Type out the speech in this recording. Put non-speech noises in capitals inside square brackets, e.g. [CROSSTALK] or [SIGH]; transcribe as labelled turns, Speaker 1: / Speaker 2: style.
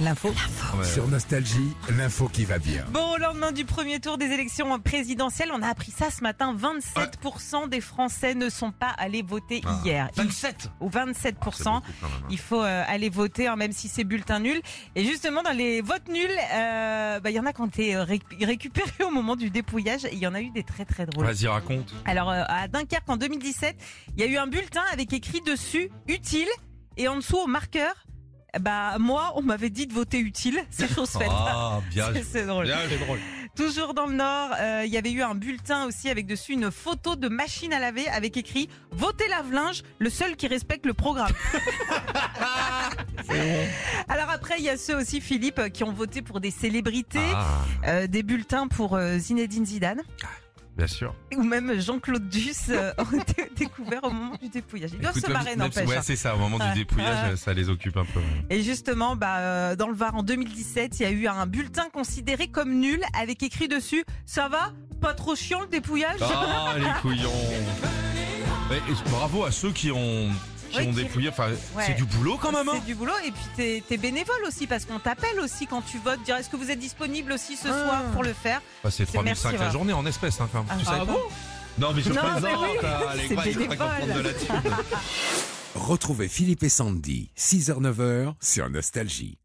Speaker 1: L'info.
Speaker 2: Sur Nostalgie, l'info qui va bien.
Speaker 1: Bon, au lendemain du premier tour des élections présidentielles, on a appris ça ce matin, 27% des Français ne sont pas allés voter
Speaker 3: Ah,
Speaker 1: hier. Il-
Speaker 3: 27
Speaker 1: Ou 27%.
Speaker 3: beaucoup quand même, hein.
Speaker 1: Il faut euh, aller voter, hein, même si c'est bulletin nul. Et justement, dans les votes nuls, euh, bah, il y en a qui ont été euh, ré- récupérés au moment du dépouillage. Et Il y en a eu des très très drôles.
Speaker 3: Vas-y, raconte.
Speaker 1: Alors, euh, à Dunkerque, en 2017, il y a eu un bulletin avec écrit dessus « utile » et en dessous, au marqueur, bah, moi, on m'avait dit de voter utile. C'est chose faite.
Speaker 3: Ah, bien
Speaker 1: C'est-
Speaker 3: joué.
Speaker 1: [LAUGHS] C'est drôle.
Speaker 3: Bien joué, drôle.
Speaker 1: Toujours dans le Nord, euh, il y avait eu un bulletin aussi avec dessus une photo de machine à laver avec écrit Votez lave-linge, le seul qui respecte le
Speaker 3: [LAUGHS]
Speaker 1: programme. Alors après, il y a ceux aussi, Philippe, euh, qui ont voté pour des célébrités,
Speaker 3: Ah,
Speaker 1: euh, des bulletins pour euh, Zinedine Zidane
Speaker 3: bien sûr.
Speaker 1: ou même Jean-Claude Duss
Speaker 3: [LAUGHS]
Speaker 1: euh, ont été découverts au moment du dépouillage. Ils doivent
Speaker 3: Écoute,
Speaker 1: se
Speaker 3: même-
Speaker 1: marrer,
Speaker 3: même-
Speaker 1: n'empêche.
Speaker 3: Ouais,
Speaker 1: hein.
Speaker 3: c'est ça. Au moment
Speaker 1: Ouais.
Speaker 3: du dépouillage,
Speaker 1: Ouais.
Speaker 3: ça les occupe un peu.
Speaker 1: Et justement, bah, euh, dans le Var, en 2017, il y a eu un bulletin considéré comme nul avec écrit dessus Ça va Pas trop chiant le dépouillage
Speaker 3: Ah, [LAUGHS] les couillons. Mais, et bravo à ceux qui ont, qui
Speaker 1: Ouais,
Speaker 3: ont
Speaker 1: qui-
Speaker 3: dépouillé. Enfin,
Speaker 1: Ouais.
Speaker 3: c'est du boulot quand même. hein.
Speaker 1: C'est du boulot et puis t'es es bénévole aussi parce qu'on t'appelle aussi quand tu votes. Dire est-ce que vous êtes disponible aussi
Speaker 3: Ah.
Speaker 1: ce soir pour le faire
Speaker 3: Bah, c'est
Speaker 1: C'est
Speaker 3: 3005
Speaker 1: merci,
Speaker 3: la
Speaker 1: ouais.
Speaker 3: journée en espèces, hein, quand même.
Speaker 1: Ah,
Speaker 3: tu
Speaker 1: ah
Speaker 3: savais pas
Speaker 1: bon
Speaker 3: Non, mais je
Speaker 1: Non, mais
Speaker 3: plaisante.
Speaker 1: oui, c'est
Speaker 3: hein, les gars, ils vont pas
Speaker 1: bénévole.
Speaker 3: comprendre de la thune.
Speaker 2: Retrouvez Philippe et Sandy, 6h-9h, sur Nostalgie.